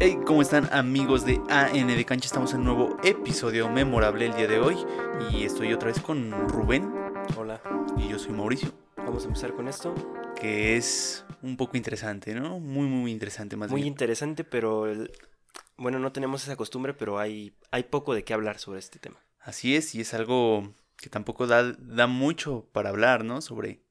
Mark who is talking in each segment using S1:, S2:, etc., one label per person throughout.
S1: Hey, ¿cómo están amigos de AN de Cancha? Estamos en un nuevo episodio memorable el día de hoy y estoy otra vez con Rubén
S2: Hola,
S1: y yo soy Mauricio,
S2: vamos a empezar con esto.
S1: que es un poco interesante, ¿no? Muy, muy interesante más
S2: Muy
S1: bien.
S2: interesante, pero el- bueno, no tenemos esa costumbre, pero hay, hay poco de qué hablar sobre este tema.
S1: Así es, y es algo que tampoco da, da mucho para hablar, ¿no? Sobre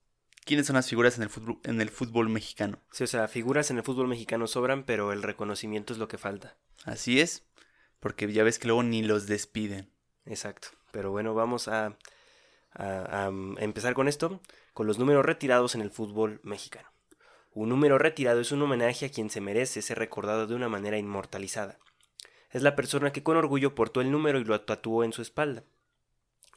S1: quiénes son las figuras en el fútbol, en el fútbol mexicano.
S2: Sí, o sea, figuras en el fútbol mexicano sobran, pero el reconocimiento es lo que falta.
S1: Así es, porque ya ves que luego ni los despiden.
S2: Exacto. Pero bueno, vamos a, a- a empezar con esto, con los números retirados en el fútbol mexicano. Un número retirado es un homenaje a quien se merece ser recordado de una manera inmortalizada. Es la persona que con orgullo portó el número y lo tatuó en su espalda.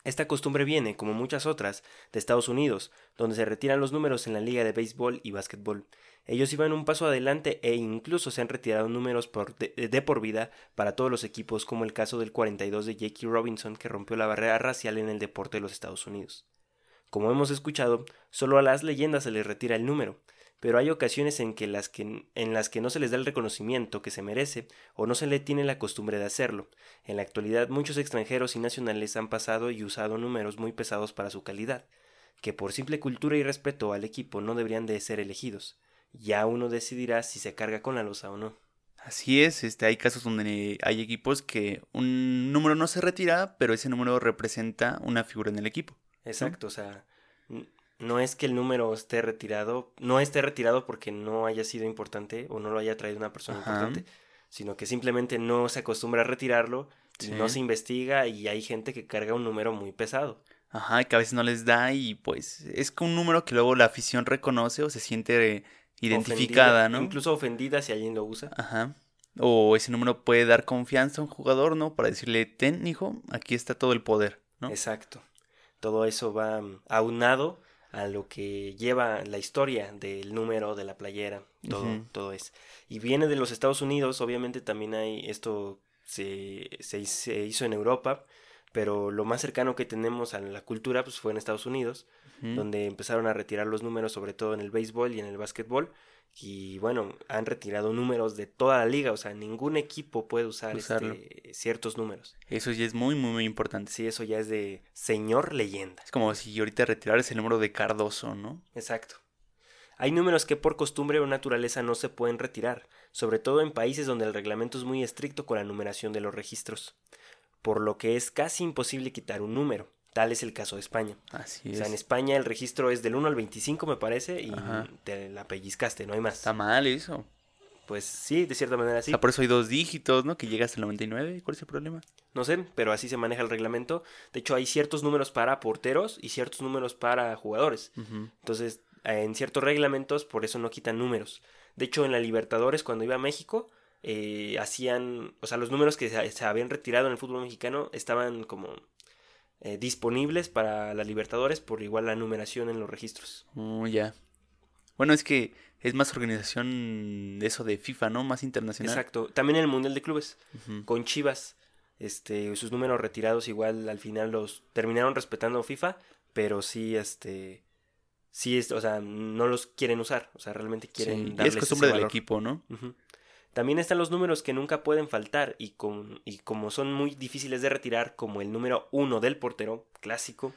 S2: Esta costumbre viene, como muchas otras, de Estados Unidos, donde se retiran los números en la liga de béisbol y básquetbol. Ellos iban un paso adelante e incluso se han retirado números por de- de por vida para todos los equipos, como el caso del 42 de Jackie Robinson que rompió la barrera racial en el deporte de los Estados Unidos. Como hemos escuchado, solo a las leyendas se les retira el número, pero hay ocasiones en, que las que, en las que no se les da el reconocimiento que se merece o no se le tiene la costumbre de hacerlo. En la actualidad muchos extranjeros y nacionales han pasado y usado números muy pesados para su calidad, que por simple cultura y respeto al equipo no deberían de ser elegidos. Ya uno decidirá si se carga con la losa o no.
S1: Así es, este, hay casos donde hay equipos que un número no se retira, pero ese número representa una figura en el equipo.
S2: Exacto, o sea, n- no es que el número esté retirado, no esté retirado porque no haya sido importante o no lo haya traído una persona
S1: Ajá.
S2: importante, sino que simplemente no se acostumbra a retirarlo, y
S1: Sí.
S2: no se investiga y hay gente que carga un número muy pesado.
S1: Ajá, que a veces no les da y pues es que un número que luego la afición reconoce o se siente eh, identificada,
S2: Ofendida,
S1: ¿no?
S2: Incluso ofendida si alguien lo usa.
S1: Ajá. O ese número puede dar confianza a un jugador, ¿no? Para decirle, ten, hijo, aquí está todo el poder, ¿no?
S2: Exacto. Todo eso va mm, aunado a lo que lleva la historia del número de la playera, todo,
S1: Ujú.
S2: todo es. Y viene de los Estados Unidos, obviamente también hay esto se, se hi- se hizo en Europa, pero lo más cercano que tenemos a la cultura pues, fue en Estados Unidos,
S1: Ujú.
S2: donde empezaron a retirar los números, sobre todo en el béisbol y en el básquetbol. Y bueno, han retirado números de toda la liga, o sea, ningún equipo puede usar
S1: Usarlo.
S2: este, ciertos números.
S1: Eso ya es muy, muy, muy importante.
S2: Sí, eso ya es de señor leyenda.
S1: Es como si ahorita retiraras el número de Cardoso, ¿no?
S2: Exacto. Hay números que por costumbre o naturaleza no se pueden retirar, sobre todo en países donde el reglamento es muy estricto con la numeración de los registros, por lo que es casi imposible quitar un número. Tal es el caso de España.
S1: Así
S2: O
S1: es.
S2: sea, en España el registro es del 1 al 25, me parece, y
S1: Ajá.
S2: te la pellizcaste, no hay más.
S1: Está mal eso.
S2: Pues sí, de cierta manera
S1: O
S2: sí.
S1: sea, por eso hay dos dígitos, ¿no? Que llega hasta el 99. ¿Cuál es el problema?
S2: No sé, pero así se maneja el reglamento. De hecho, hay ciertos números para porteros y ciertos números para jugadores.
S1: Ujú.
S2: Entonces, eh, en ciertos reglamentos, por eso no quitan números. De hecho, en la Libertadores, cuando iba a México, eh, hacían, o sea, los números que se, se habían retirado en el fútbol mexicano estaban como eh, disponibles para la Libertadores por igual la numeración en los registros.
S1: Oh, ya. Bueno, es que es más organización de eso de FIFA, ¿no? Más internacional.
S2: Exacto. También en el Mundial de Clubes,
S1: Ujú.
S2: con Chivas, este, sus números retirados igual al final los terminaron respetando FIFA, pero sí, este, sí, es, o sea, no los quieren usar, o sea, realmente quieren
S1: Sí, y
S2: darles
S1: es costumbre
S2: ese
S1: del
S2: valor.
S1: equipo, ¿no?
S2: Ujú. También están los números que nunca pueden faltar y, con- y como son muy difíciles de retirar, como el número 1 del portero, clásico,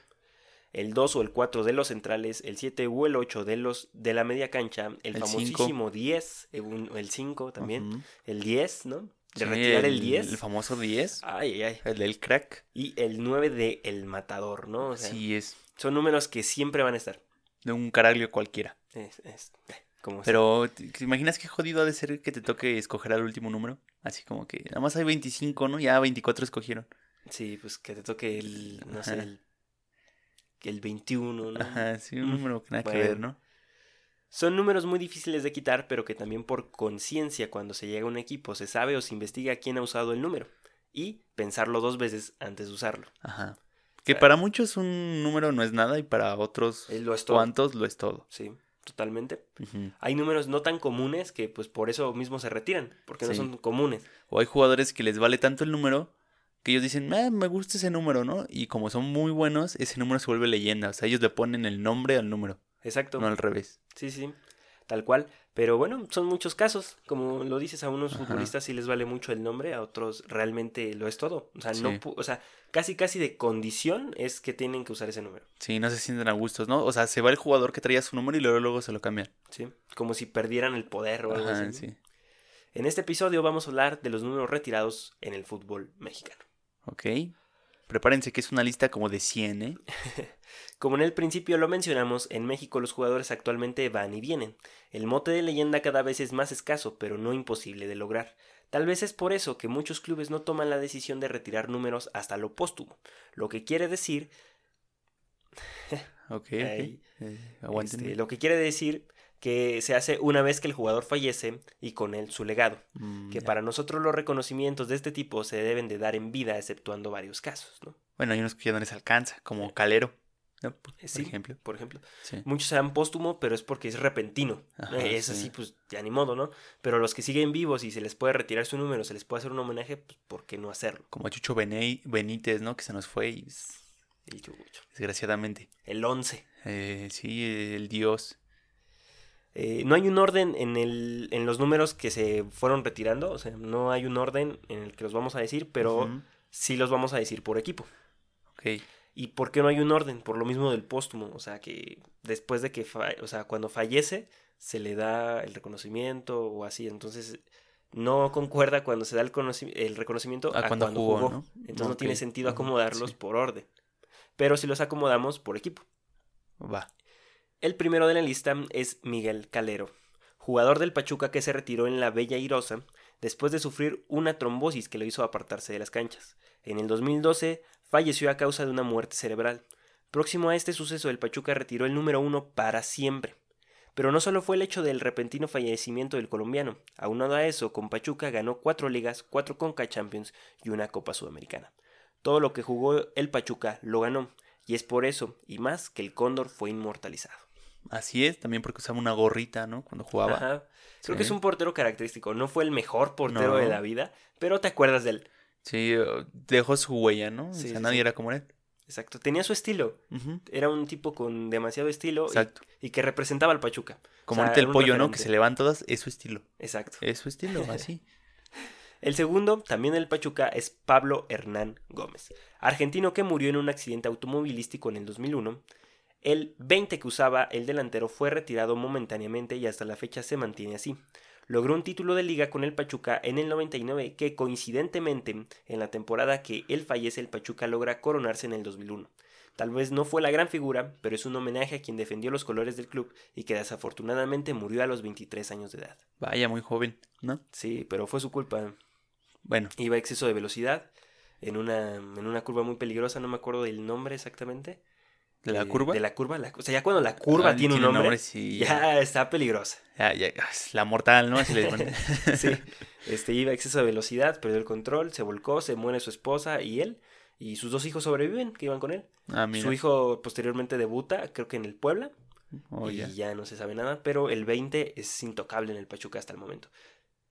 S2: el 2 o el 4 de los centrales, el 7 o el 8 de los de la media cancha, el,
S1: El cinco.
S2: famosísimo 10, eh, un- el 5 también,
S1: Ujú.
S2: el 10, ¿no?
S1: Sí,
S2: De retirar el Ah. 10.
S1: El famoso 10.
S2: Ay, ay, ay.
S1: El del crack.
S2: Y el 9 de el matador, ¿no? O sea,
S1: sí, es
S2: son números que siempre van a estar.
S1: de un caraglio cualquiera.
S2: Es- es- como sea.
S1: Pero, ¿te te imaginas qué jodido ha de ser que te toque escoger al último número? Así como que, nada más hay 25, ¿no? Ya 24 escogieron.
S2: Sí, pues que te toque el, no sé,
S1: Ajá.
S2: el, el 21, ¿no?
S1: Ajá, sí, un
S2: Mm,
S1: número que nada que
S2: bueno.
S1: ver, ¿no?
S2: Son números muy difíciles de quitar, pero que también por conciencia cuando se llega a un equipo se sabe o se investiga quién ha usado el número y pensarlo dos veces antes de usarlo.
S1: Ajá. Que
S2: sea,
S1: para muchos un número no es nada y para otros
S2: Eh, Lo es todo.
S1: cuantos lo es todo.
S2: Sí, totalmente.
S1: Ujú.
S2: Hay números no tan comunes que pues por eso mismo se retiran, porque no
S1: Sí.
S2: son comunes.
S1: O hay jugadores que les vale tanto el número que ellos dicen, "Ah, me gusta ese número, ¿no? Y como son muy buenos, ese número se vuelve leyenda. O sea, ellos le ponen el nombre al número,
S2: Exacto.
S1: no al revés.
S2: Sí, sí. tal cual. Pero bueno, son muchos casos. Como lo dices, a unos
S1: Ajá.
S2: futbolistas sí les vale mucho el nombre, a otros realmente lo es todo. O sea, no
S1: Sí.
S2: pu- o sea, casi casi de condición es que tienen que usar ese número.
S1: Sí, no se sienten a gustos, ¿no? O sea, se va el jugador que traía su número y luego, luego se lo cambian.
S2: ¿sí? Como si perdieran el poder o algo
S1: Ajá,
S2: así.
S1: sí.
S2: En este episodio vamos a hablar de los números retirados en el fútbol mexicano.
S1: Ok. Prepárense que es una lista como de 100, ¿eh?
S2: Como en el principio lo mencionamos, en México los jugadores actualmente van y vienen. El mote de leyenda cada vez es más escaso, pero no imposible de lograr. Tal vez es por eso que muchos clubes no toman la decisión de retirar números hasta lo póstumo, lo que quiere decir,
S1: Ok, ok.
S2: Ahí.
S1: Eh, aguántenme.
S2: este, lo que quiere decir que se hace una vez que el jugador fallece y con él su legado.
S1: Mm,
S2: Que
S1: ya.
S2: para nosotros los reconocimientos de este tipo se deben de dar en vida, exceptuando varios casos, ¿no?
S1: Bueno, hay unos que ya no les alcanza, como Calero, ¿no? Por, por
S2: Sí.
S1: ejemplo.
S2: Por ejemplo.
S1: Sí.
S2: Muchos serán póstumo, pero es porque es repentino.
S1: Ajá,
S2: Eh, es
S1: sí.
S2: así, pues ya ni modo, ¿no? Pero los que siguen vivos y se les puede retirar su número, se les puede hacer un homenaje, pues ¿por qué no hacerlo?
S1: Como Chucho Bene- Benítez, ¿no? Que se nos fue y pues,
S2: Y yo, yo,
S1: desgraciadamente.
S2: El 11.
S1: Eh, sí, el dios.
S2: Eh, no hay un orden en, el, en los números que se fueron retirando, o sea, no hay un orden en el que los vamos a decir, pero
S1: Ujú.
S2: sí los vamos a decir por equipo.
S1: Ok.
S2: ¿Y por qué no hay un orden? Por lo mismo del póstumo, o sea, que después de que, fa- o sea, cuando fallece, se le da el reconocimiento o así, entonces no concuerda cuando se da el, conoci- el reconocimiento
S1: A cuando jugó, ¿no?
S2: Entonces no tiene
S1: Ok,
S2: sentido
S1: ujú,
S2: acomodarlos
S1: sí.
S2: por orden, pero si los acomodamos por equipo.
S1: Va.
S2: El primero de la lista es Miguel Calero, jugador del Pachuca que se retiró en la Bella Irosa después de sufrir una trombosis que lo hizo apartarse de las canchas. En el 2012 falleció a causa de una muerte cerebral. Próximo a este suceso, el Pachuca retiró el número uno para siempre. Pero no solo fue el hecho del repentino fallecimiento del colombiano, aunado a eso, con Pachuca ganó cuatro ligas, cuatro Conca Champions y una Copa Sudamericana. Todo lo que jugó el Pachuca lo ganó, y es por eso, y más, que el Cóndor fue inmortalizado.
S1: Así es, también porque usaba una gorrita, ¿no? Cuando jugaba.
S2: Ajá. Creo
S1: Sí.
S2: que es un portero característico. No fue el mejor portero
S1: No.
S2: de la vida, pero te acuerdas de él.
S1: Sí, eh, dejó su huella, ¿no?
S2: Sí,
S1: o sea,
S2: sí,
S1: nadie
S2: sí.
S1: era como él.
S2: Exacto. Tenía su estilo.
S1: Ujú,
S2: Era un tipo con demasiado estilo y,
S1: Exacto.
S2: y que representaba al Pachuca.
S1: Como
S2: o sea,
S1: ahorita
S2: era
S1: el
S2: un
S1: pollo, ¿no? Que
S2: referente.
S1: se le van todas, es su estilo.
S2: Exacto.
S1: Es su estilo, así.
S2: El segundo, también del Pachuca, es Pablo Hernán Gómez, argentino que murió en un accidente automovilístico en el 2001. El 20 que usaba el delantero fue retirado momentáneamente y hasta la fecha se mantiene así. Logró un título de liga con el Pachuca en el 99 que coincidentemente en la temporada que él fallece el Pachuca logra coronarse en el 2001. Tal vez no fue la gran figura, pero es un homenaje a quien defendió los colores del club y que desafortunadamente murió a los 23 años de edad.
S1: Vaya, muy joven, ¿no?
S2: Sí, pero fue su culpa
S1: Bueno,
S2: iba a exceso de velocidad en una, en una curva muy peligrosa, no me acuerdo del nombre exactamente.
S1: de la
S2: Eh,
S1: curva.
S2: De la curva, la- o sea, ya cuando la curva
S1: Ah,
S2: tiene un nombre,
S1: sí, ya.
S2: ya está peligrosa.
S1: Ya, ya, es la mortal, ¿no? Así le ponen.
S2: Sí, este iba a exceso de velocidad, perdió el control, se volcó, se muere su esposa y él, y sus dos hijos sobreviven, que iban con él.
S1: Ah, mira.
S2: Su hijo posteriormente debuta, creo que en el Puebla,
S1: Oh,
S2: y
S1: ya.
S2: ya. no se sabe nada, pero el 20 es intocable en el Pachuca hasta el momento.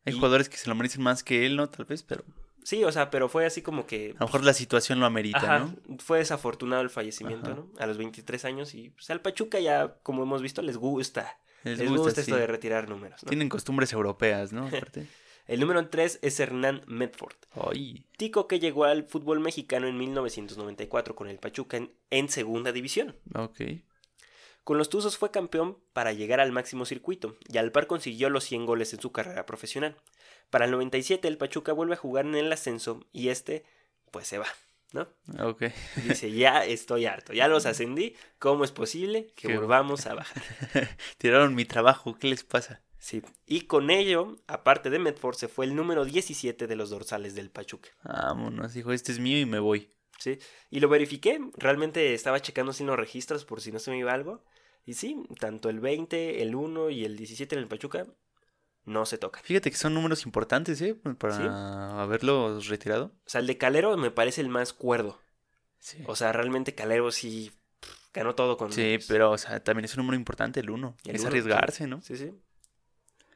S1: Hay
S2: y-
S1: jugadores que se lo merecen más que él, ¿no? Tal vez, pero
S2: Sí, o sea, pero fue así como que...
S1: a lo mejor la situación lo amerita,
S2: Ajá,
S1: ¿no?
S2: fue desafortunado el fallecimiento,
S1: Ajá.
S2: ¿no? A los 23 años y pues, al Pachuca ya, como hemos visto, les gusta. Les, gusta,
S1: sí.
S2: esto de retirar números, ¿no?
S1: Tienen costumbres europeas, ¿no? Aparte.
S2: El número 3 es Hernán Medford,
S1: Ay,
S2: tico que llegó al fútbol mexicano en 1994 con el Pachuca en, en segunda división.
S1: ok.
S2: Con los Tuzos fue campeón para llegar al máximo circuito y al par consiguió los 100 goles en su carrera profesional. Para el 97 el Pachuca vuelve a jugar en el ascenso y este pues se va, ¿no?
S1: Ok.
S2: Dice, ya estoy harto, ya los ascendí, ¿cómo es posible que
S1: Qué-
S2: volvamos a bajar?
S1: Tiraron mi trabajo, ¿qué les pasa?
S2: Sí. Y con ello, aparte de Medford, se fue el número 17 de los dorsales del Pachuca.
S1: Vámonos, dijo, este es mío y me voy.
S2: Sí. Y lo verifiqué, realmente estaba checando sin los registros por si no se me iba algo. Y sí, tanto el 20, el 1 y el 17 en el Pachuca no se tocan.
S1: Fíjate que son números importantes, ¿eh? Para
S2: Sí.
S1: haberlos retirado.
S2: O sea, el de Calero me parece el más cuerdo.
S1: Sí.
S2: O sea, realmente Calero sí pff, ganó todo con...
S1: Sí, pero, o sea, también es un número importante el uno.
S2: El
S1: es
S2: uno, pues,
S1: arriesgarse, ¿no?
S2: Sí, sí.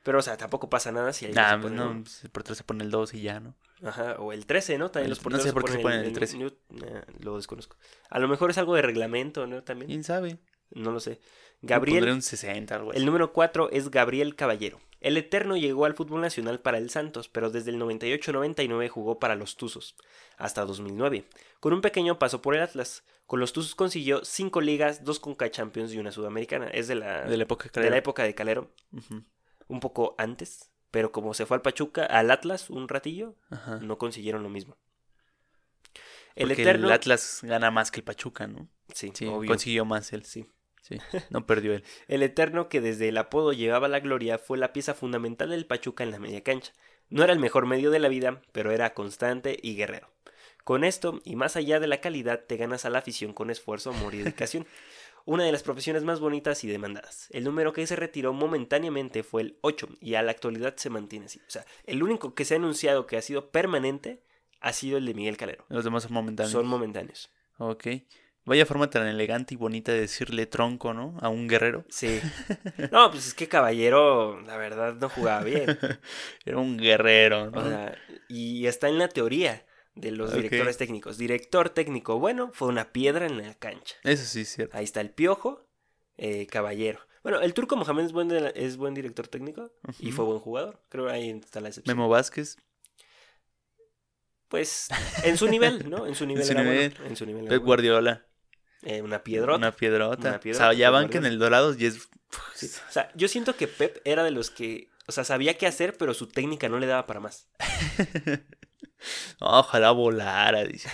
S2: Pero, o sea, tampoco pasa nada si hay
S1: Nah, pues no, pues, el portero se pone el 2 y ya, ¿no?
S2: Ajá, o el 13, ¿no? También
S1: El-
S2: los
S1: no
S2: porteros
S1: sé por qué se ponen el 13.
S2: Newt- nah, lo desconozco. A lo mejor es algo de reglamento, ¿no? También.
S1: ¿Quién sabe?
S2: No lo sé.
S1: Gabriel.
S2: Gabriel,
S1: un 60, algo así.
S2: el número 4 es Gabriel Caballero. El Eterno llegó al fútbol nacional para el Santos, pero desde el 98-99 jugó para los Tuzos, hasta 2009, con un pequeño paso por el Atlas. Con los Tuzos consiguió 5 ligas, 2 Conca Champions y una Sudamericana. Es de la,
S1: de la época, creo.
S2: de la época de Calero,
S1: Ujú,
S2: un poco antes, pero como se fue al Pachuca, al Atlas un ratillo,
S1: Ajá.
S2: no consiguieron lo mismo.
S1: El
S2: El Eterno...
S1: el Atlas gana más que el Pachuca, ¿no?
S2: Sí,
S1: Sí,
S2: obvio.
S1: consiguió más él.
S2: Sí.
S1: Sí, no perdió él.
S2: El Eterno, que desde el apodo llevaba la gloria, fue la pieza fundamental del Pachuca en la media cancha. No era el mejor medio de la vida, pero era constante y guerrero. Con esto, y más allá de la calidad, te ganas a la afición con esfuerzo, amor y dedicación. Una de las profesiones más bonitas y demandadas. El número que se retiró momentáneamente fue el 8 y a la actualidad se mantiene así. O sea, el único que se ha anunciado que ha sido permanente ha sido el de Miguel Calero.
S1: Los demás son momentáneos.
S2: Son momentáneos.
S1: Ok. Vaya forma tan elegante y bonita de decirle tronco, ¿no? A un guerrero.
S2: Sí. No, pues es que Caballero, la verdad, no jugaba bien.
S1: Era un guerrero, ¿no?
S2: O sea, y está en la teoría de los
S1: Ok.
S2: directores técnicos. Director técnico bueno fue una piedra en la cancha.
S1: Eso sí es cierto.
S2: Ahí está el piojo, eh, caballero. Bueno, el turco Mohamed es buen, de la- es buen director técnico y
S1: Ujú.
S2: fue buen jugador. Creo que ahí está la excepción.
S1: Memo Vázquez,
S2: Pues en su nivel, ¿no? En su nivel.
S1: su
S2: era bueno.
S1: nivel.
S2: En su nivel era
S1: Pep
S2: bueno.
S1: Guardiola.
S2: Eh, una piedrota.
S1: Una piedrota.
S2: Una
S1: O
S2: piedrota,
S1: sea, ya
S2: Pep
S1: van que en el Dorados y es...
S2: Sí. O sea, yo siento que Pep era de los que, o sea, sabía qué hacer, pero su técnica no le daba para más.
S1: Ojalá volara, dice.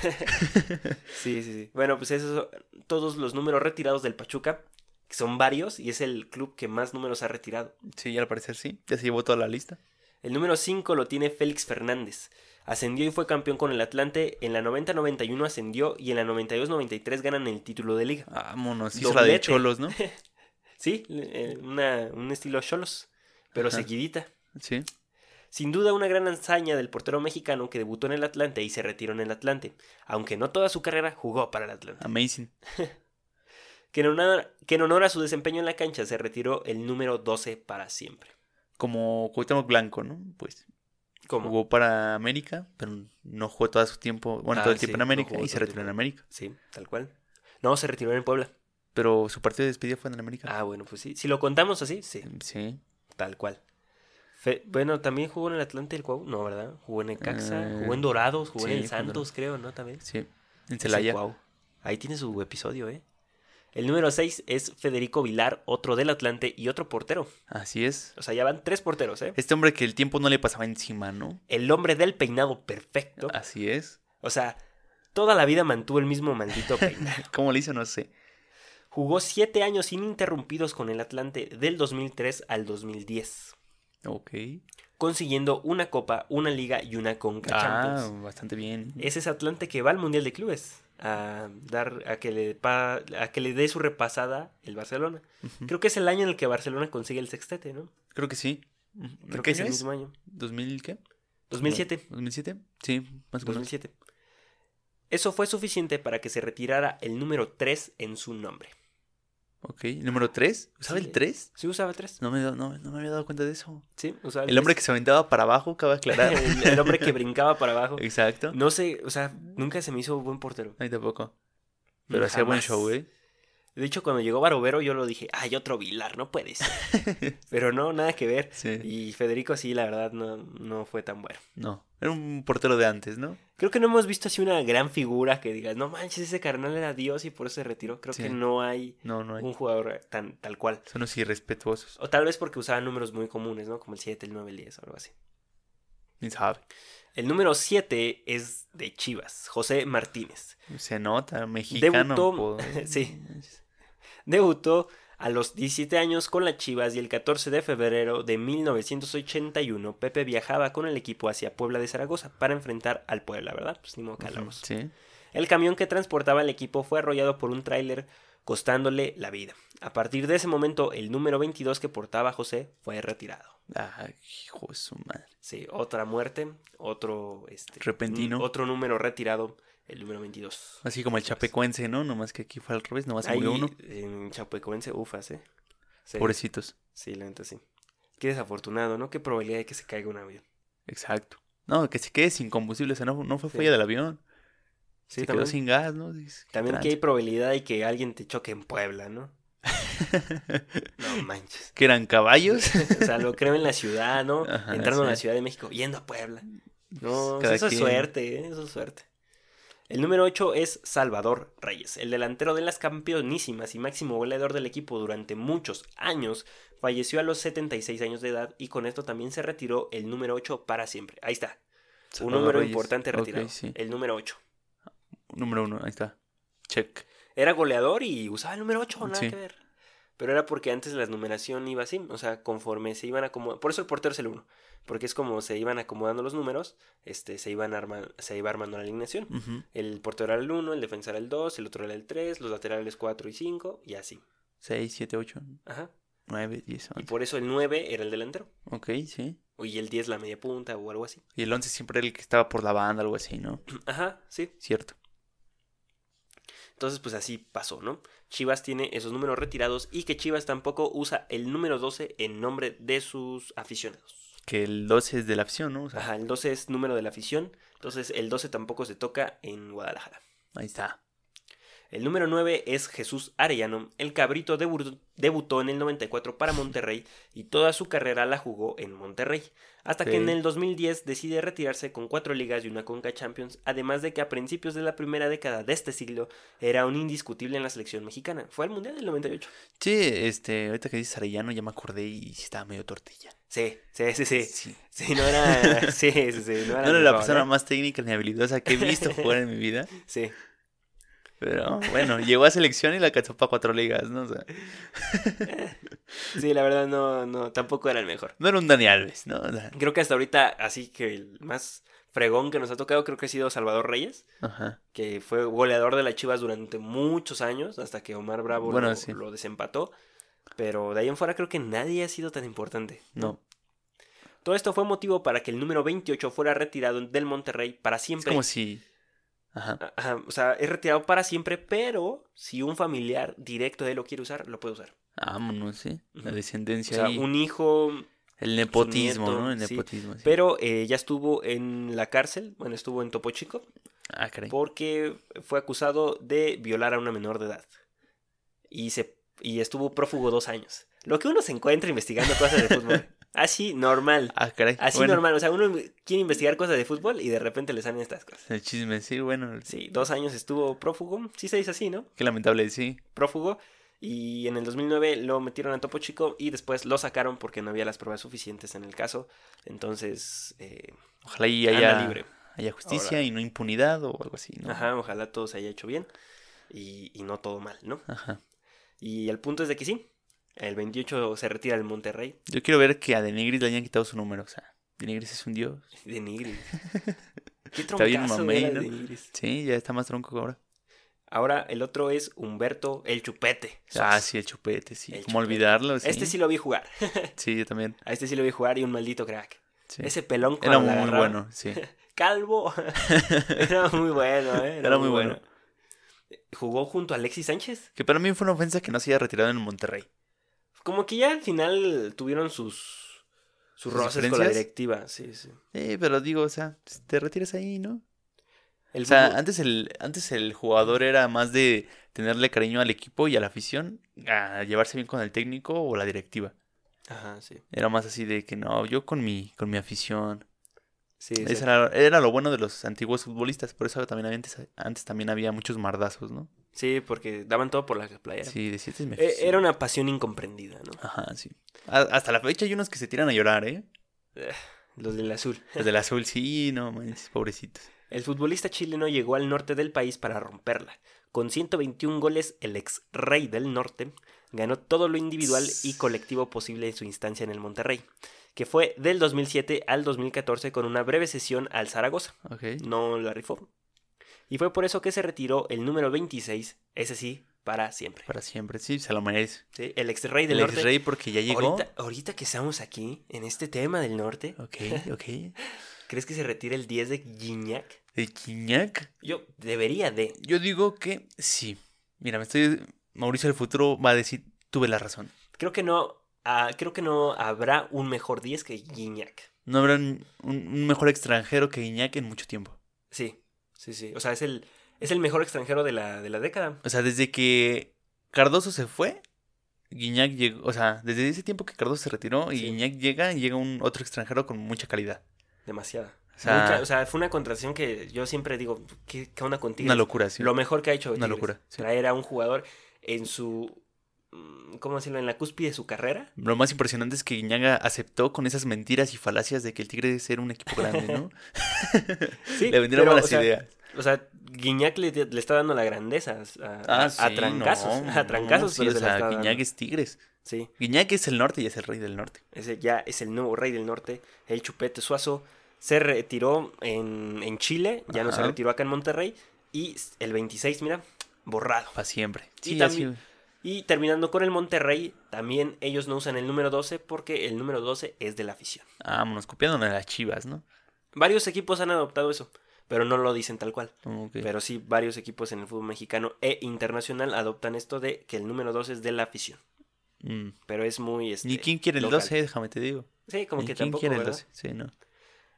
S2: Sí, sí, sí. Bueno, pues esos son todos los números retirados del Pachuca, que son varios, y es el club que más números ha retirado.
S1: Sí, al parecer sí. Ya se llevó toda la lista.
S2: El número 5 lo tiene Félix Fernández. Ascendió y fue campeón con el Atlante, en la 90-91 ascendió y en la 92-93 ganan el título de liga.
S1: Vámonos. Hizo la de
S2: Doblete.
S1: Cholos, ¿no?
S2: Sí, eh, una- un estilo cholos, pero
S1: Ajá.
S2: seguidita.
S1: Sí.
S2: Sin duda una gran hazaña del portero mexicano que debutó en el Atlante y se retiró en el Atlante, aunque no toda su carrera jugó para el Atlante.
S1: Amazing.
S2: que en, honor, que en honor a su desempeño en la cancha se retiró el número 12 para siempre.
S1: Como Cuauhtémoc Blanco, ¿no? Pues
S2: ¿Cómo?
S1: jugó para América, pero no jugó todo su tiempo, bueno,
S2: Ah,
S1: todo el
S2: sí,
S1: tiempo en
S2: no
S1: América
S2: jugó
S1: y se
S2: todo el
S1: retiró en
S2: tiempo.
S1: América.
S2: Sí, tal cual. No, se retiró en Puebla.
S1: Pero su partido de despedida fue en América. Mm,
S2: Ah, bueno, pues sí. Si lo contamos así, sí,
S1: Sí.
S2: tal cual. Fe- bueno, también jugó en el Atlante el Cuau, no, ¿verdad? Jugó en el Caxa,
S1: Eh,
S2: jugó en Dorados, jugó
S1: sí,
S2: en
S1: jugó
S2: el
S1: en
S2: Santos, creo, ¿no? También.
S1: Sí. En
S2: Ese
S1: Celaya.
S2: Cuau. Ahí tiene su episodio, ¿eh? El número 6 es Federico Vilar, otro del Atlante y otro portero.
S1: Así es.
S2: O sea, ya van tres porteros, ¿eh?
S1: Este hombre que el tiempo no le pasaba encima, ¿no?
S2: El hombre del peinado perfecto.
S1: Así es.
S2: O sea, toda la vida mantuvo el mismo maldito peinado.
S1: ¿Cómo le hizo? No sé.
S2: Jugó siete años ininterrumpidos con el Atlante del 2003 al 2010,
S1: Ok.
S2: consiguiendo una copa, una liga y una Conca
S1: Ah,
S2: Champions.
S1: bastante bien.
S2: Es ese Atlante que va al Mundial de Clubes a dar a que le pa- a que le dé su repasada el Barcelona.
S1: Ujú.
S2: Creo que es el año en el que Barcelona consigue el sextete, ¿no?
S1: Creo que sí. Ujú. ¿Qué
S2: Creo que es el
S1: año es?
S2: mismo año.
S1: ¿2000 qué?
S2: 2007.
S1: ¿2007? Sí, más o menos.
S2: 2007. Eso fue suficiente para que se retirara el número 3 en su nombre.
S1: Ok. ¿Número 3? ¿Usaba
S2: Sí.
S1: el 3?
S2: ¿Sí usaba 3?
S1: No me, no, no me había dado cuenta de eso.
S2: Sí, usaba
S1: El hombre que
S2: tres.
S1: se aventaba para abajo, cabe aclarar.
S2: el, el hombre que brincaba para abajo.
S1: Exacto.
S2: No sé, o sea, nunca se me hizo buen portero.
S1: Ahí tampoco. Pero hacía buen
S2: Jamás.
S1: show, ¿eh?
S2: De hecho, cuando llegó Barovero, yo lo dije, ay, otro Vilar, no puedes. Pero no, nada que ver.
S1: Sí.
S2: Y Federico, sí, la verdad, no, no fue tan bueno.
S1: No. Era un portero de antes, ¿no?
S2: Creo que no hemos visto así una gran figura que digas, no manches, ese carnal era Dios y por eso se retiró. Creo
S1: Sí.
S2: que no hay
S1: No, no hay.
S2: un jugador tan tal cual.
S1: Son unos irrespetuosos.
S2: O tal vez porque usaba números muy comunes, ¿no? Como el 7, el 9, el 10 o algo así.
S1: Ni sabe.
S2: El número 7 es de Chivas, José Martínez.
S1: Se nota, mexicano.
S2: Debutó-
S1: po-
S2: sí. Debutó a los 17 años con las Chivas y el 14 de febrero de 1981 Pepe viajaba con el equipo hacia Puebla de Zaragoza para enfrentar al Puebla, ¿verdad? Pues ni modo que hablamos.
S1: Sí.
S2: El camión que transportaba el equipo fue arrollado por un tráiler costándole la vida. A partir de ese momento el número 22 que portaba José fue retirado.
S1: Ah, hijo de su madre.
S2: Sí, otra muerte, otro este
S1: Repentino.
S2: n- otro número retirado, el número 22.
S1: Así como el chapecuense, ¿no? Nomás que aquí fue al revés, nomás se
S2: Ahí
S1: murió uno.
S2: en Chapecoense ufas, ¿eh? Sí.
S1: Pobrecitos.
S2: Sí, la neta sí. Qué desafortunado, ¿no? Qué probabilidad de que se caiga un avión.
S1: Exacto. No, que se quede sin combustible. O sea, no, no fue
S2: Sí.
S1: falla del avión.
S2: Sí,
S1: se quedó
S2: también.
S1: sin gas, ¿no? Dices, qué
S2: También que
S1: trance.
S2: hay probabilidad de que alguien te choque en Puebla, ¿no? No manches.
S1: que eran caballos.
S2: o sea, lo creo en la ciudad, ¿no?
S1: Ajá,
S2: Entrando a la
S1: sí.
S2: Ciudad de México, yendo a Puebla. No,
S1: Cada
S2: eso es
S1: quien.
S2: suerte, ¿eh? eso es suerte. El número 8 es Salvador Reyes, el delantero de las campeonísimas y máximo goleador del equipo durante muchos años. Falleció a los 76 años de edad y con esto también se retiró el número 8 para siempre. Ahí está, un
S1: Salvador
S2: número
S1: Reyes.
S2: importante
S1: Ok,
S2: retirado. Eh.
S1: sí.
S2: El número 8.
S1: Número uno, ahí está. Check.
S2: Era goleador y usaba el número 8, nada
S1: Sí.
S2: que ver. Pero era porque antes la numeración iba así, o sea, conforme se iban acomodando. Por eso el portero es el 1, porque es como se iban acomodando los números, este, se, iban arma- se iba armando la alineación.
S1: Ujú.
S2: El portero era el 1, el defensa era el 2, el otro era el 3, los laterales 4 y 5, y así.
S1: 6, 7, 8,
S2: Ajá.
S1: 9, 10,
S2: Y
S1: 11.
S2: por eso el 9 era el delantero,
S1: Ok, sí.
S2: y el 10 la media punta o algo así.
S1: Y el 11 siempre era el que estaba por la banda, algo así, ¿no?
S2: Ajá, sí.
S1: Cierto.
S2: Entonces, pues así pasó, ¿no? Chivas tiene esos números retirados y que Chivas tampoco usa el número 12 en nombre de sus aficionados.
S1: Que el 12 es de la opción, ¿no? O sea,
S2: Ajá, el 12 es número de la afición, entonces el 12 tampoco se toca en Guadalajara.
S1: ahí está.
S2: El número 9 es Jesús Arellano, el cabrito debu- debutó en el 94 para Monterrey y toda su carrera la jugó en Monterrey, hasta que
S1: Ok.
S2: en el 2010 decide retirarse con cuatro ligas y una Conca Champions, además de que a principios de la primera década de este siglo era un indiscutible en la selección mexicana. Fue al Mundial del 98.
S1: Sí, este, ahorita que dices Arellano ya me acordé y sí estaba medio tortilla.
S2: Sí, sí, sí, sí.
S1: sí.
S2: Sí, no era, sí, sí, sí, no era
S1: No era
S2: mi
S1: la
S2: favor,
S1: persona
S2: ¿eh?
S1: más técnica ni habilidosa que he visto jugar en mi vida.
S2: Sí.
S1: Pero bueno, llegó a selección y la cachó para cuatro ligas, ¿no? O sea,
S2: Sí, la verdad no, no, tampoco era el mejor.
S1: no era un Dani Alves, ¿no? O sea,
S2: Creo que hasta ahorita, así que el más fregón que nos ha tocado, creo que ha sido Salvador Reyes,
S1: ajá.
S2: que fue goleador de las Chivas durante muchos años, hasta que Omar Bravo
S1: Bueno,
S2: lo,
S1: sí.
S2: lo desempató. Pero de ahí en fuera creo que nadie ha sido tan importante.
S1: No.
S2: Todo esto fue motivo para que el número 28 fuera retirado del Monterrey para
S1: Es
S2: siempre. Ah,
S1: como si. Ajá.
S2: Ajá, o sea, es retirado para siempre, pero si un familiar directo de él lo quiere usar, lo puede usar.
S1: Vámonos, ¿sí? La
S2: Ujú. O
S1: descendencia
S2: sea,
S1: ahí.
S2: un hijo,
S1: El nepotismo,
S2: nieto,
S1: ¿no? El
S2: sí.
S1: nepotismo. sí.
S2: pero eh, ya estuvo en la cárcel, bueno, estuvo en Topo Chico.
S1: Ah, caray.
S2: porque fue acusado de violar a una menor de edad. Y, se, y estuvo prófugo dos años. Lo que uno se encuentra investigando cosas de fútbol. Así normal.
S1: Ah, caray.
S2: Así
S1: Bueno,
S2: normal. O sea, uno quiere investigar cosas de fútbol y de repente le salen estas cosas.
S1: El chisme, sí, bueno.
S2: Sí, dos años estuvo prófugo. Sí se dice así, ¿no?
S1: Qué lamentable, sí.
S2: Prófugo. Y en el 2009 lo metieron a Topo Chico y después lo sacaron porque no había las pruebas suficientes en el caso. Entonces, eh,
S1: Ojalá y
S2: anda
S1: haya,
S2: libre.
S1: haya justicia y no impunidad o algo así, ¿no?
S2: Ajá, ojalá todo se haya hecho bien y- y no todo mal, ¿no?
S1: Ajá.
S2: Y el punto es de que sí. El 28 se retira el Monterrey
S1: Yo quiero ver que a Denigris le hayan quitado su número, o sea, Denigris es un dios.
S2: de Nigris. Qué
S1: Está bien
S2: troncazo
S1: mamey,
S2: era
S1: ¿no?
S2: de Nigris.
S1: Sí, ya está más tronco que ahora.
S2: Ahora el otro es Humberto el Chupete.
S1: Ah,
S2: Sos.
S1: sí, el chupete, sí.
S2: El
S1: ¿Cómo
S2: Chupete.
S1: olvidarlo? Sí.
S2: Este sí lo vi jugar.
S1: Sí, yo también.
S2: A este sí lo vi jugar y un maldito crack.
S1: sí.
S2: Ese pelón
S1: Era
S2: cuando
S1: muy
S2: la agarraba,
S1: bueno, sí.
S2: Calvo. era muy bueno, ¿eh?
S1: Era muy bueno.
S2: Jugó junto a Alexis Sánchez.
S1: Que para mí fue una ofensa que no se haya retirado en Monterrey.
S2: Como que ya al final tuvieron sus,
S1: ¿Sus
S2: sus roces con la
S1: diferencias?
S2: directiva. Sí, sí.
S1: Eh, pero digo, o sea, te retiras ahí, ¿no?
S2: El
S1: O sea,
S2: fútbol-
S1: antes el, antes el jugador era más de tenerle cariño al equipo y a la afición, a llevarse bien con el técnico o la directiva.
S2: Ajá, sí.
S1: Era más así de que no, yo con mi, con mi afición.
S2: Sí,
S1: Eso
S2: exacto.
S1: era, era lo bueno de los antiguos futbolistas, por eso también había antes, antes también había muchos mardazos, ¿no?
S2: Sí, porque daban todo por la playa.
S1: Sí, de siete es mi
S2: Eh,
S1: afición.
S2: Era una pasión incomprendida, ¿no?
S1: Ajá, sí. A- hasta la fecha hay unos que se tiran a llorar, ¿eh?
S2: Los del azul.
S1: Los del azul, sí, no manches, pobrecitos.
S2: El futbolista chileno llegó al norte del país para romperla. Con 121 goles, el ex rey del norte ganó todo lo individual y colectivo posible en su instancia en el Monterrey, que fue del 2007 al 2014 con una breve sesión al Zaragoza.
S1: Ok.
S2: No la rifó. Y fue por eso que se retiró el número 26, ese sí, para siempre.
S1: Para siempre, sí, se lo merece.
S2: Sí, El ex rey del
S1: El
S2: norte.
S1: rey porque ya llegó.
S2: Ahorita, ahorita que estamos aquí, en este tema del norte,
S1: Ok, ok.
S2: ¿Crees que se retire el 10 de Gignac?
S1: ¿De Quiñac?
S2: Yo debería de.
S1: Yo digo que sí. Mira, me estoy. Mauricio del futuro va a decir, tuve la razón.
S2: Creo que no. ah, creo que no habrá un mejor 10 que Gignac.
S1: No habrá un, un- un mejor extranjero que Iñak en mucho tiempo.
S2: Sí, sí, sí. O sea, es el, es el mejor extranjero de la, de la década.
S1: O sea, desde que Cardoso se fue, Guiñac llegó, o sea, desde ese tiempo que Cardoso se retiró y
S2: Sí.
S1: Guiñac llega, llega un otro extranjero con mucha calidad.
S2: Demasiada.
S1: O
S2: Mucha-
S1: sea-
S2: O sea, fue una contratación que yo siempre digo, ¿qué, qué onda contigo?
S1: Una locura, sí.
S2: Lo mejor que ha hecho
S1: Una
S2: Tigres,
S1: locura, sí.
S2: Traer a un jugador en su, mm, ¿cómo decirlo? En la cúspide de su carrera.
S1: Lo más impresionante es que Guiñaga aceptó con esas mentiras y falacias de que el Tigre era un equipo grande, ¿no?
S2: Sí,
S1: Le vendieron
S2: pero,
S1: malas
S2: o sea,
S1: ideas.
S2: O sea, Guiñac le, le está dando la grandeza a,
S1: Ah,
S2: a-
S1: sí,
S2: a trancazos.
S1: no,
S2: a trancazos,
S1: no, sí,
S2: pero
S1: o
S2: se la
S1: sea,
S2: está dando.
S1: Guiñac es Tigres.
S2: Sí,
S1: Guiñac es el norte y es el rey del norte.
S2: ese ya es el nuevo rey del norte, el Chupete Suazo. Se retiró en, en Chile, ya no se
S1: Ajá.
S2: retiró acá en Monterrey. Y el 26, mira, borrado.
S1: Para siempre.
S2: Y
S1: Sí,
S2: también-
S1: así-
S2: Y terminando con el Monterrey, también ellos no usan el número 12 porque el número 12 es de la afición.
S1: Ah, Vámonos, copiando a las chivas, ¿no?
S2: Varios equipos han adoptado eso, pero no lo dicen tal cual.
S1: Como que-
S2: Pero sí, varios equipos en el fútbol mexicano e internacional adoptan esto de que el número 12 es de la afición.
S1: mm.
S2: Pero es muy... Este,
S1: Ni quién quiere el
S2: local.
S1: 12, déjame te digo.
S2: Sí, como
S1: Ni
S2: que
S1: quién
S2: tampoco,
S1: quiere el
S2: ¿verdad?
S1: 12. Sí, no.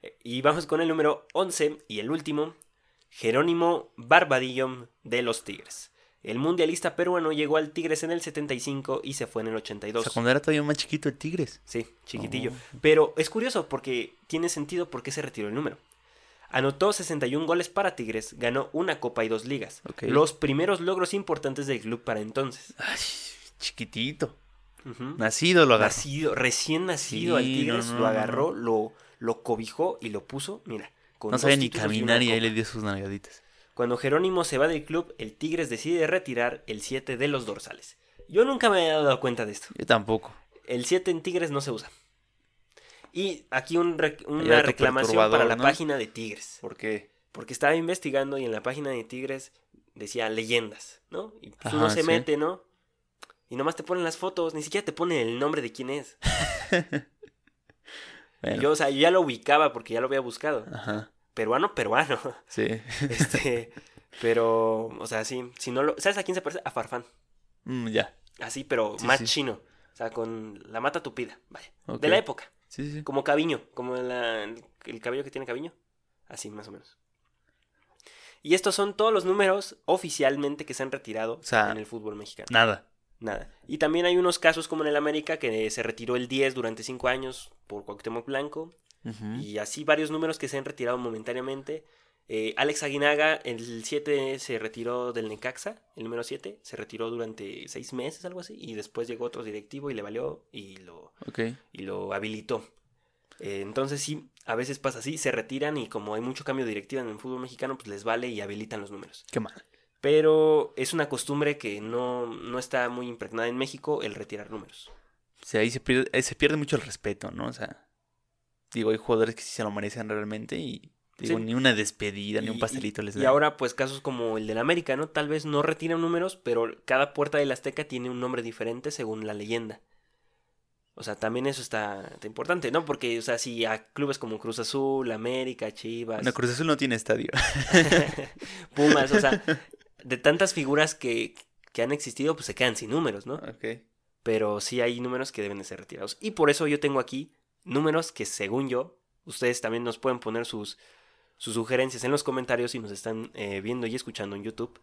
S2: Eh, Y vamos con el número 11 y el último, Jerónimo Barbadillo de los Tigres. El mundialista peruano llegó al Tigres en el 75 y se fue en el
S1: O
S2: 82.
S1: sea, cuando era todavía más chiquito el Tigres.
S2: Sí, chiquitillo.
S1: Oh.
S2: Pero es curioso porque tiene sentido por qué se retiró el número. Anotó 61 goles para Tigres, ganó una copa y dos ligas.
S1: Ok.
S2: Los primeros logros importantes del club para entonces.
S1: Ay, chiquitito.
S2: Ujú.
S1: Nacido lo agarró.
S2: Nacido, recién nacido
S1: Sí,
S2: al Tigres,
S1: no, no,
S2: lo
S1: no,
S2: agarró, lo, lo cobijó y lo puso, mira. con
S1: No
S2: dos
S1: sabía ni
S2: títulos y una
S1: caminar y ahí
S2: copa.
S1: le dio sus nalgaditas.
S2: Cuando Jerónimo se va del club, el Tigres decide retirar el 7 de los dorsales. Yo nunca me había dado cuenta de esto.
S1: Yo tampoco.
S2: El 7 en Tigres no se usa. Y aquí un rec-
S1: Hay
S2: una
S1: dato
S2: reclamación
S1: perturbador,
S2: para la
S1: ¿no?
S2: página de Tigres.
S1: ¿Por qué?
S2: Porque estaba investigando y en la página de Tigres decía leyendas, ¿no? Y pues,
S1: Ajá,
S2: uno se
S1: sí.
S2: mete, ¿no? Y nomás te ponen las fotos, ni siquiera te ponen el nombre de quién es. Y Yo, o sea, yo ya lo ubicaba porque ya lo había buscado.
S1: Ajá.
S2: Peruano, peruano.
S1: Sí.
S2: Este, pero, o sea, sí, si no lo... ¿Sabes a quién se parece? A Farfán.
S1: Mm, ya.
S2: Así, pero
S1: Sí,
S2: más
S1: sí.
S2: chino. O sea, con la mata tupida, vaya.
S1: Ok.
S2: De la época.
S1: Sí, sí, sí.
S2: Como Caviño, como la- el cabello que tiene Caviño. Así, más o menos. Y estos son todos los números oficialmente que se han retirado
S1: sea,
S2: en el fútbol mexicano.
S1: Nada.
S2: Nada. Y también hay unos casos como en el América que se retiró el 10 durante 5 años por Cuauhtémoc Blanco.
S1: Ujú.
S2: Y así varios números que se han retirado momentáneamente. Eh, Alex Aguinaga, el 7 se retiró del Necaxa, el número 7, se retiró durante 6 meses, algo así, y después llegó otro directivo y le valió y lo,
S1: Ok.
S2: y lo habilitó. Eh, entonces sí, a veces pasa así, se retiran y como hay mucho cambio de directiva en el fútbol mexicano, pues les vale y habilitan los números.
S1: Qué mal.
S2: Pero es una costumbre que no, no está muy impregnada en México el retirar números.
S1: O sea, ahí se pierde, eh, se pierde mucho el respeto, ¿no? O sea, digo, hay jugadores que sí se lo merecen realmente y digo,
S2: Sí.
S1: ni una despedida, ni
S2: Y-
S1: un
S2: y-
S1: pastelito les
S2: Y,
S1: dan.
S2: ahora, pues, casos como el del América, ¿no? Tal vez no retiran números, pero cada puerta del Azteca tiene un nombre diferente según la leyenda. O sea, también eso está, está importante, ¿no? Porque, o sea, si a clubes como Cruz Azul, América, Chivas,
S1: No, Cruz Azul no tiene estadio.
S2: Pumas, o sea, de tantas figuras que, que han existido, pues se quedan sin números, ¿no?
S1: ok.
S2: Pero sí hay números que deben de ser retirados. Y por eso yo tengo aquí números que, según yo, ustedes también nos pueden poner sus, sus sugerencias en los comentarios si nos están eh, viendo y escuchando en YouTube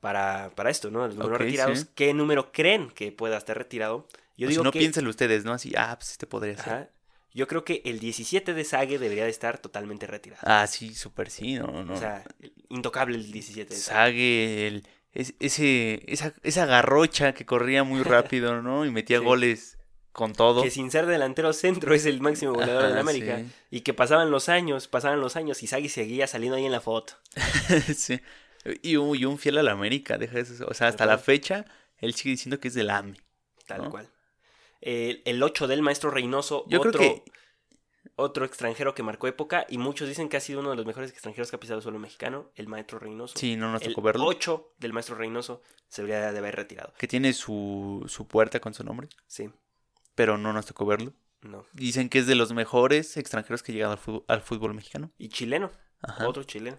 S2: para, para esto, ¿no? Los números
S1: Ok,
S2: retirados.
S1: sí.
S2: ¿Qué número creen que pueda estar retirado?
S1: O si
S2: Yo digo
S1: Pues no
S2: que.
S1: piénsenlo ustedes, ¿no? Así, ah, pues este podría ser.
S2: Ajá. yo creo que el 17 de Sage debería de estar totalmente retirado.
S1: Ah, sí, súper sí, no, no.
S2: O sea, intocable el 17 de Sage.
S1: Sague, el, es- ese, esa, esa garrocha que corría muy rápido, ¿no? Y metía
S2: Sí.
S1: goles con todo.
S2: Que sin ser delantero centro es el máximo goleador
S1: Ajá,
S2: de la América.
S1: Ah, sí.
S2: Y que pasaban los años, pasaban los años y Sagi seguía saliendo ahí en la foto.
S1: Sí. Y un, y un fiel a la América, deja eso. O sea, hasta
S2: Ajá.
S1: la fecha, él sigue diciendo que es del E. AME.
S2: Tal
S1: ¿no?
S2: cual. El, el 8 del maestro Reynoso,
S1: Yo
S2: otro,
S1: creo que.
S2: otro extranjero que marcó época y muchos dicen que ha sido uno de los mejores extranjeros que ha pisado el suelo mexicano, el maestro Reynoso.
S1: Sí, no nos
S2: el
S1: tocó verlo.
S2: 8 del maestro Reynoso se debería de haber retirado.
S1: Que tiene su, su puerta con su nombre,
S2: Sí,
S1: pero no nos tocó verlo.
S2: no.
S1: Dicen que es de los mejores extranjeros que ha llegado al fútbol, al fútbol mexicano.
S2: Y chileno,
S1: Ajá.
S2: otro chileno.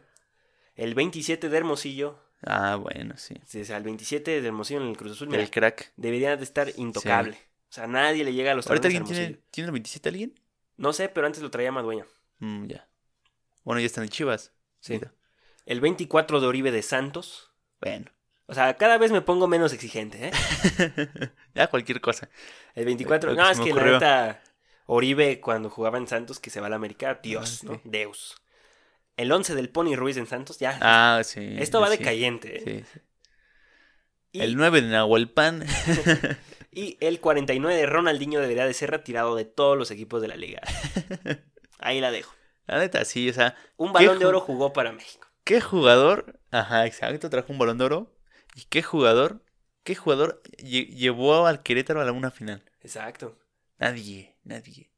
S2: El 27 de Hermosillo,
S1: Ah, bueno, sí.
S2: sí, o sea, el 27 de Hermosillo en el Cruz Azul, mira,
S1: El crack.
S2: debería de estar intocable. O sea, nadie le llega a los
S1: ¿Ahorita
S2: talones a
S1: alguien tiene,
S2: Hermosillo.
S1: tiene el 27 alguien?
S2: No sé, pero antes lo traía Madueña.
S1: Mm, ya. Bueno, ya están en Chivas.
S2: Sí.
S1: Mira.
S2: El 24 de Oribe de Santos.
S1: Bueno.
S2: O sea, cada vez me pongo menos exigente, ¿eh?
S1: ya cualquier cosa.
S2: El 24.
S1: Eh, Lo que
S2: No,
S1: se
S2: es
S1: me
S2: que la
S1: ocurrió.
S2: neta. Oribe, cuando jugaba en Santos, que se va a la América, Dios,
S1: Ah,
S2: ¿no?
S1: sí.
S2: Deus. El 11 del Pony Ruiz en Santos, ya.
S1: Ah, sí.
S2: esto va
S1: sí,
S2: decayente. ¿eh?
S1: sí, sí.
S2: Y,
S1: El 9 de Nahualpan.
S2: y el 49 de Ronaldinho debería de ser retirado de todos los equipos de la liga. Ahí la dejo.
S1: La neta, sí, o sea,
S2: Un
S1: ¿Qué
S2: balón de
S1: ju-
S2: oro jugó para México.
S1: ¿Qué jugador? Ajá, exacto, trajo un balón de oro. ¿Y qué jugador? ¿Qué jugador lle- llevó al Querétaro a la una final?
S2: Exacto.
S1: Nadie, nadie.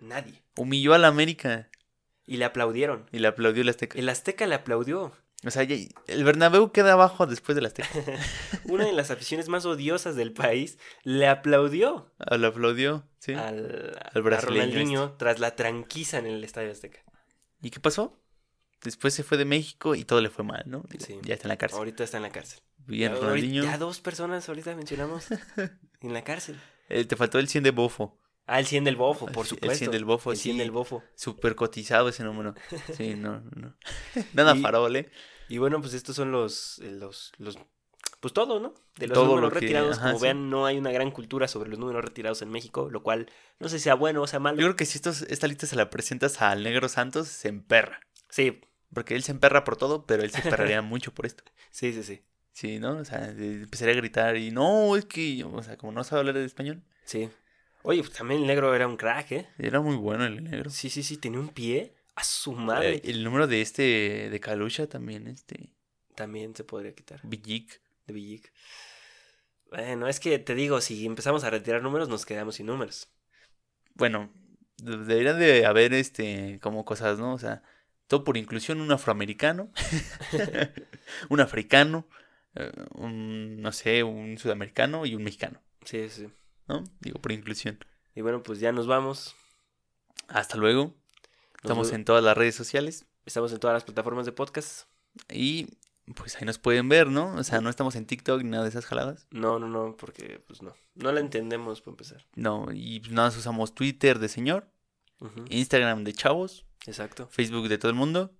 S2: Nadie.
S1: Humilló a la América
S2: Y le aplaudieron.
S1: y le aplaudió el Azteca.
S2: El Azteca le aplaudió.
S1: O sea, ya- el Bernabéu queda abajo después del Azteca.
S2: Una de las aficiones más odiosas del país le aplaudió
S1: Ah, Lo aplaudió, ¿sí?
S2: al,
S1: Al
S2: a
S1: brasileño este.
S2: Ronaldinho tras la tranquiza en el Estadio Azteca.
S1: ¿Y qué pasó? Después se fue de México y todo le fue mal, ¿no?
S2: Sí.
S1: Ya está en la cárcel.
S2: Ahorita está en la cárcel.
S1: Bien,
S2: Ya-
S1: Ronaldinho.
S2: ahorita- ya dos personas ahorita mencionamos en la cárcel.
S1: Eh, te faltó el 100 de Bofo.
S2: Ah, el 100 del Bofo, por
S1: El
S2: supuesto.
S1: 100 del Bofo,
S2: El 100
S1: sí.
S2: del Bofo.
S1: Súper cotizado ese número. Sí, no, no. Nada
S2: Y-
S1: farol, ¿eh?
S2: Y bueno, pues estos son los, eh, los, los pues todo, ¿no? De los
S1: Todo
S2: números
S1: lo que-
S2: retirados,
S1: ajá,
S2: como
S1: sí.
S2: vean, no hay una gran cultura sobre los números retirados en México, lo cual no sé si sea bueno o sea malo.
S1: Yo creo que si estos, esta lista se la presentas al Negro Santos, se emperra.
S2: Sí,
S1: Porque él se emperra por todo, pero él se emperraría mucho por esto.
S2: sí, sí, sí.
S1: Sí, ¿no? O sea, de- empezaría a gritar y no, es que, o sea, como no sabe hablar de español,
S2: Sí. Oye, pues también el negro era un crack, ¿eh?
S1: era muy bueno el negro.
S2: Sí, sí, sí, tenía un pie a su madre.
S1: Eh, el número de este, de Kalusha también, este,
S2: También se podría quitar
S1: Villic.
S2: de Villic. Bueno, es que te digo, si empezamos a retirar números, nos quedamos sin números.
S1: Bueno, de- debería de haber, este, como cosas, ¿no? O sea, todo por inclusión, un afroamericano, un africano, eh, un, no sé, un sudamericano y un mexicano,
S2: Sí, sí.
S1: ¿no? Digo, por inclusión.
S2: Y bueno, pues ya nos vamos.
S1: Hasta luego.
S2: Nos
S1: Estamos
S2: ve-
S1: en todas las redes sociales.
S2: Estamos en todas las plataformas de podcast.
S1: Y pues ahí nos pueden ver, ¿no? O sea, no estamos en TikTok ni nada de esas jaladas.
S2: No, no, no, porque pues no. No la entendemos para empezar.
S1: No, y nada más usamos Twitter de señor,
S2: Ujú,
S1: Instagram de chavos,
S2: Exacto.
S1: Facebook de todo el mundo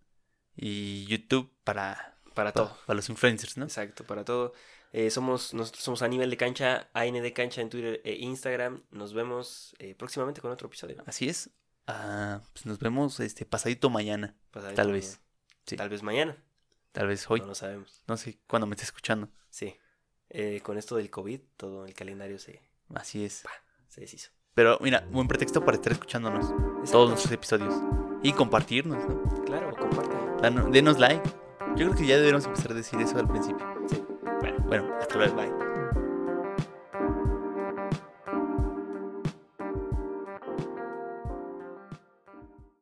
S1: y YouTube para, para,
S2: Para todo.
S1: para los influencers, ¿no?
S2: Exacto, para todo. Eh, somos, nosotros somos a nivel de cancha, AN de cancha en Twitter e Instagram. Nos vemos eh, próximamente con otro episodio.
S1: Así es. Ah, pues nos vemos este pasadito mañana.
S2: Pasadito
S1: Tal
S2: mañana.
S1: vez. Sí.
S2: Tal vez mañana.
S1: Tal vez hoy.
S2: No lo sabemos.
S1: No sé cuándo me esté escuchando.
S2: Sí. Eh, con esto del COVID, todo el calendario se,
S1: Así es.
S2: se deshizo.
S1: Pero mira, buen pretexto para estar escuchándonos
S2: Exacto.
S1: todos nuestros episodios. Y compartirnos, ¿no?
S2: Claro, compartan.
S1: Dan- denos like. Yo creo que ya deberíamos empezar a decir eso al principio.
S2: Bueno,
S1: Bueno, hasta luego.
S2: bye.